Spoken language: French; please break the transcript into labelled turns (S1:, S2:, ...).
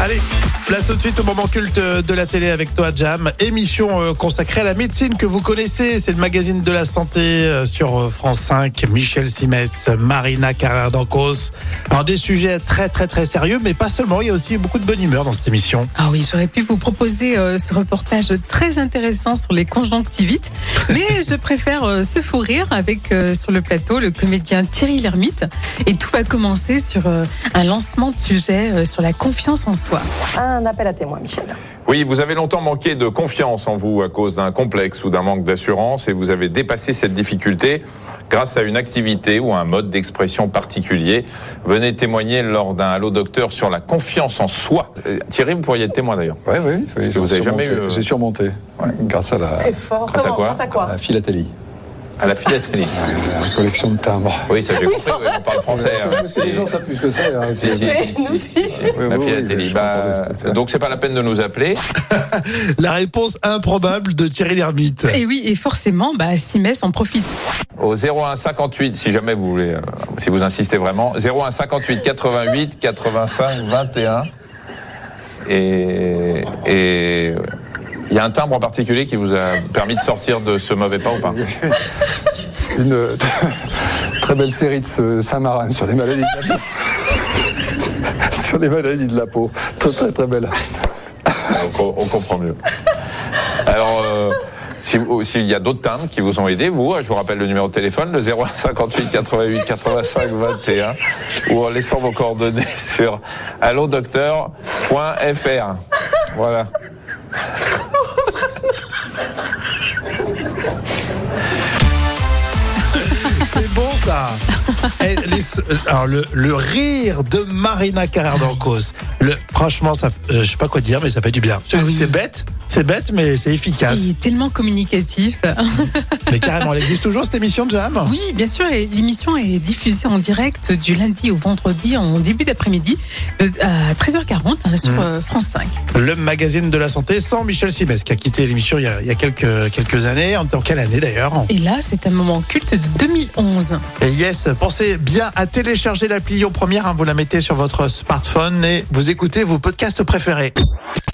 S1: Allez, place tout de suite au moment culte euh, de la télé avec toi, Jam. Émission euh, consacrée à la médecine que vous connaissez. C'est le magazine de la santé euh, sur euh, France 5. Michel Simès, Marina Carrère d'Ancos. Alors, des sujets très, très, très sérieux, mais pas seulement. Il y a aussi beaucoup de bonne humeur dans cette émission.
S2: Ah oui, j'aurais pu vous proposer euh, ce reportage très intéressant sur les conjonctivites, mais je préfère euh, se fou rire avec euh, sur le plateau le comédien Thierry Lhermitte. Et tout va commencer sur euh, un lancement de sujet euh, sur la confiance en soi.
S3: Un appel à témoins, Michel.
S4: Oui, vous avez longtemps manqué de confiance en vous à cause d'un complexe ou d'un manque d'assurance et vous avez dépassé cette difficulté grâce à une activité ou à un mode d'expression particulier. Venez témoigner lors d'un Allo Docteur sur la confiance en soi. Euh, Thierry, vous pourriez être témoin d'ailleurs.
S5: Oui, oui.
S4: Parce que vous avez jamais eu, euh,
S5: J'ai surmonté. Grâce à la,
S3: C'est fort.
S4: Grâce à
S3: Comment
S4: quoi
S3: Grâce à
S5: à
S3: quoi
S5: la philatélie.
S4: euh, À la philatélie.
S5: La collection de timbres.
S4: Oui, ça j'ai
S3: Oui,
S4: compris,
S3: ça-
S4: oui, on parle français. hein.
S5: Si les gens savent plus que ça. hein,
S4: Si, si,
S5: c'est-
S3: Mais
S4: si, si,
S3: nous
S4: si,
S3: aussi.
S4: si.
S5: oui,
S4: La
S5: oui,
S4: philatélie.
S5: je
S4: Bah,
S5: comprends les spectacles.
S4: donc c'est pas la peine de nous appeler.
S1: La réponse improbable de Thierry Lhermitte.
S2: Et oui, et forcément, bah, Simès en profite.
S4: Au 01 58, si jamais vous voulez, euh, si vous insistez vraiment, 01 58 88 85 21. Et et il y a un timbre en particulier qui vous a permis de sortir de ce mauvais pas ou pas
S5: Une euh, très belle série de ce Saint-Marin sur les maladies de la peau. sur les maladies de la peau. Très, très, très belle.
S4: Donc, on, on comprend mieux. Alors. euh, si vous- S'il y a d'autres timbres qui vous ont aidé, vous, je vous rappelle le numéro de téléphone, le 01 58 88 85 21, ou en laissant vos coordonnées sur allodocteur.fr. Voilà.
S1: C'est bon, ça. Et les- euh, alors, le, le rire de Marina Carrère d'Ancos. Le, franchement, ça, euh, je sais pas quoi dire, mais ça fait du bien. C'est c'est bête, c'est bête, mais Ah, c'est efficace.
S2: Il est tellement communicatif.
S1: Mais carrément, elle existe toujours cette émission de Jam
S2: Oui, bien sûr, et l'émission est diffusée en direct du lundi au vendredi en début d'après-midi de- à 13h40 hein, sur euh, France 5.
S1: Le magazine de la santé sans Michel Simès qui a quitté l'émission il y a, il y a quelques, quelques années. En en quelle année d'ailleurs
S2: Et là, c'est un moment culte de 2011.
S1: Et yes, pensez bien à télécharger l'appli Lyon Première. hein. vous la mettez sur votre smartphone et vous écoutez vos podcasts préférés.